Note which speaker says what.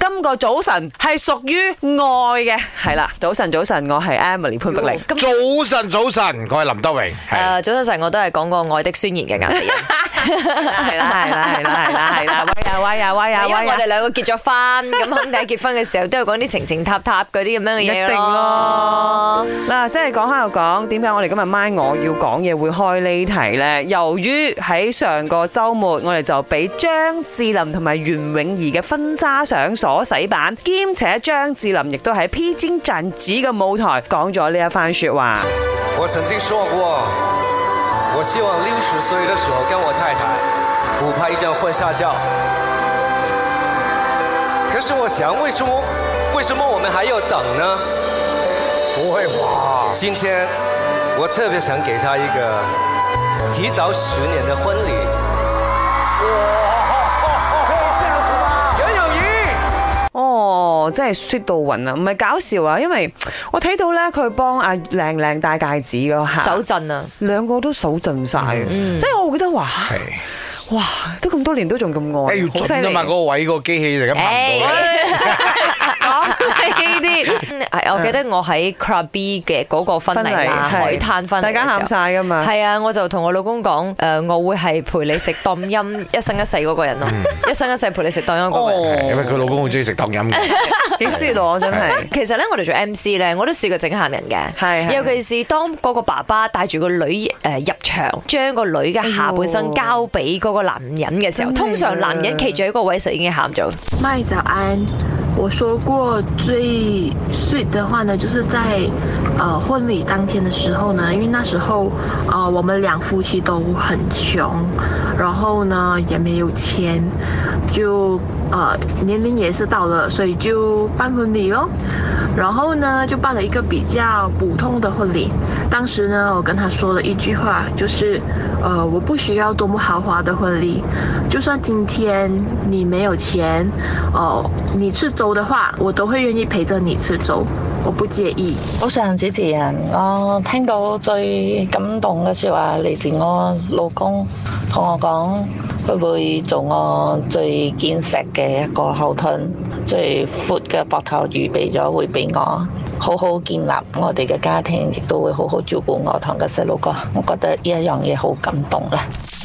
Speaker 1: 今個早晨係屬於愛嘅，係啦，早晨早晨，我係 Emily 潘碧玲。
Speaker 2: 咁
Speaker 3: 早晨，早晨，我係林德榮，
Speaker 2: 诶、
Speaker 3: 係
Speaker 2: 早晨晨我都係講過愛的宣言嘅 顏美欣，
Speaker 1: 係啦係啦係啦係啦係啦， 喂呀喂呀喂呀
Speaker 2: 因
Speaker 1: 啊喂
Speaker 2: 為
Speaker 1: 呀
Speaker 2: 我哋！兩個結咗婚，咁肯定喺結婚嘅時候都有講啲情情塔塔嗰啲咁樣嘅嘢
Speaker 1: 一定咯。嗱，即係講下又講，點解我哋今日 m 我要講嘢會開呢題呢？由於喺上個週末，我哋就俾張智霖同埋袁詠儀嘅婚紗相所洗版，兼且張智霖亦都喺 P 尖陣子嘅舞台講咗呢一番説話。
Speaker 4: 我曾經說過，我希望六十歲的時候跟我太太不拍一張婚紗照。可是我想，為什麼為什麼我們還要等呢？不會吧？今天我特別想給她一個提早十年的婚禮。哇！可以這樣子嗎？楊永儀。
Speaker 1: 哦，真係 sweet 到暈啊！唔係搞笑啊，因為我睇到咧，佢幫阿靚靚戴戒指嗰下，
Speaker 2: 手震啊！
Speaker 1: 兩個都手震晒啊，即係我覺得哇
Speaker 3: 係，
Speaker 1: 哇，都咁多年都仲咁
Speaker 3: 誒
Speaker 1: 愛，
Speaker 3: 要
Speaker 1: 好犀
Speaker 3: 準啊
Speaker 1: 利。
Speaker 3: 嘛，嗰個位個機器嚟咁
Speaker 2: 哎
Speaker 3: 拍唔
Speaker 1: 啊
Speaker 3: 到嘅。
Speaker 1: 講哦呢啲
Speaker 2: 係我記得我喺 Krabi 嘅嗰個婚禮啦，
Speaker 1: 嗯婚
Speaker 2: 海
Speaker 1: 禮係
Speaker 2: 灘婚禮嘅時候，
Speaker 1: 大家喊晒㗎嘛
Speaker 2: 係啊，我就同我老公講，诶，我會係陪你食當音一生一世嗰個人咯，
Speaker 1: 嗯
Speaker 2: 一生一世陪你食當音嗰個
Speaker 1: 哦
Speaker 2: 人。
Speaker 3: 係因為佢老公好中意食當飲嘅，
Speaker 1: 幾 sweet 喎，真係。
Speaker 2: 其實咧，我哋做 MC 咧，我都試過整喊人嘅，
Speaker 1: 係係
Speaker 2: 尤其是當嗰個爸爸帶住個女誒入場，將個女嘅下半身交俾嗰個男人嘅時候，
Speaker 1: 哎真係㗎啊
Speaker 2: 通常男人企住喺個位時候已經喊咗。
Speaker 5: 麦早安，我说过最 sweet 的话呢，就是在呃婚礼当天的时候呢，因为那时候呃我们两夫妻都很穷，然后呢也没有钱，就呃年龄也是到了，所以就办婚礼咯。哦然后呢就办了一个比较普通的婚礼。当时呢我跟他说了一句话，就是呃我不需要多么豪华的婚礼，就算今天你没有钱，哦，你吃粥的话，我都会愿意陪着你吃粥，我不介意。
Speaker 6: 早上主持人，我聽到最感動嘅説話嚟自我老公同我講，佢會做我最堅實嘅一個後盾，最闊嘅膊頭預備咗會俾我，好好建立我哋嘅家庭，亦都會好好照顧我同個細路哥。我覺得呢一樣嘢好感動啦。啊